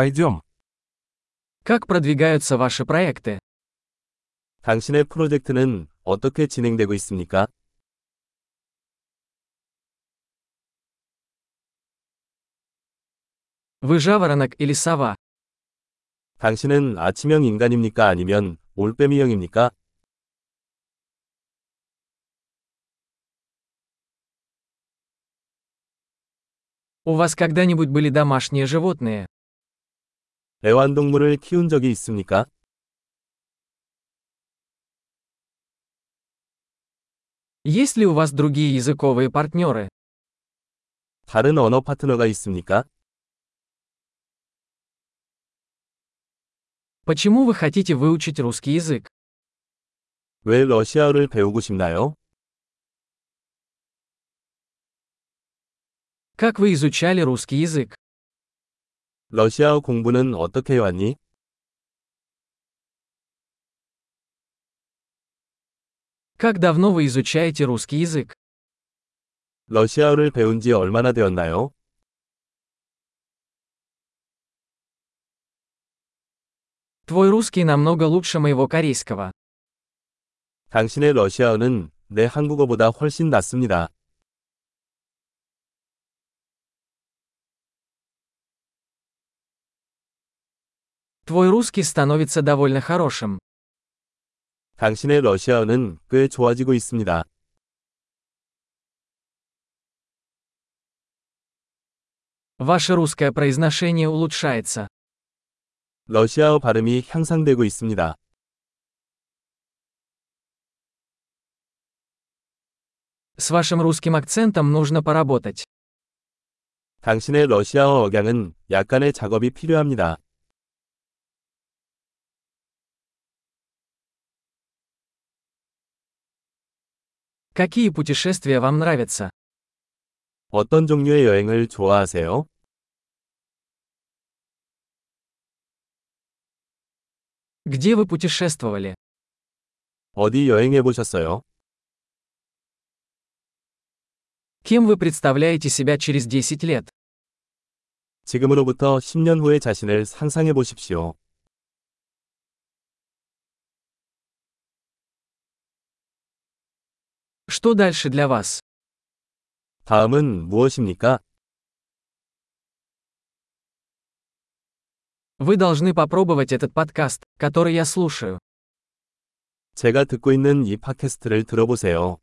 Пойдем. Как продвигаются ваши проекты? 당신의 프로젝트는 어떻게 진행되고 있습니까? Вы жаворонок или сова? 당신은 아침형 인간입니까 아니면 올빼미형입니까? У вас когда-нибудь были домашние животные? 애완동물을 키운 적이 있습니까? Есть ли у вас другие языковые партнеры? 다른 언어 파트너가 있습니까? Почему вы хотите выучить русский язык? 왜 러시아어를 배우고 싶나요? Как вы изучали русский язык? 러시아어 공부는 어떻게 해왔니? Как давно вы изучаете русский язык? 러시아어를 배운 지 얼마나 되었나요? Твой русский намного лучше моего корейского. 당신의 러시아어는 내 한국어보다 훨씬 낫습니다. Твой русский становится довольно хорошим. 당신의 러시아어는 꽤 좋아지고 있습니다. Ваше русское произношение улучшается. 러시아어 발음이 향상되고 있습니다. С вашим русским акцентом нужно поработать. 당신의 러시아어 억양은 약간의 작업이 필요합니다. Какие путешествия вам нравятся? 어떤 종류의 여행을 좋아하세요? Где вы путешествовали? 어디 여행해 보셨어요? Кем вы представляете себя через 10 лет? 지금으로부터 10년 후의 자신을 상상해 보십시오. Что дальше для вас? 다음은 무엇입니까? Вы должны попробовать этот подкаст, который я слушаю. 제가 듣고 있는 이 팟캐스트를 들어보세요.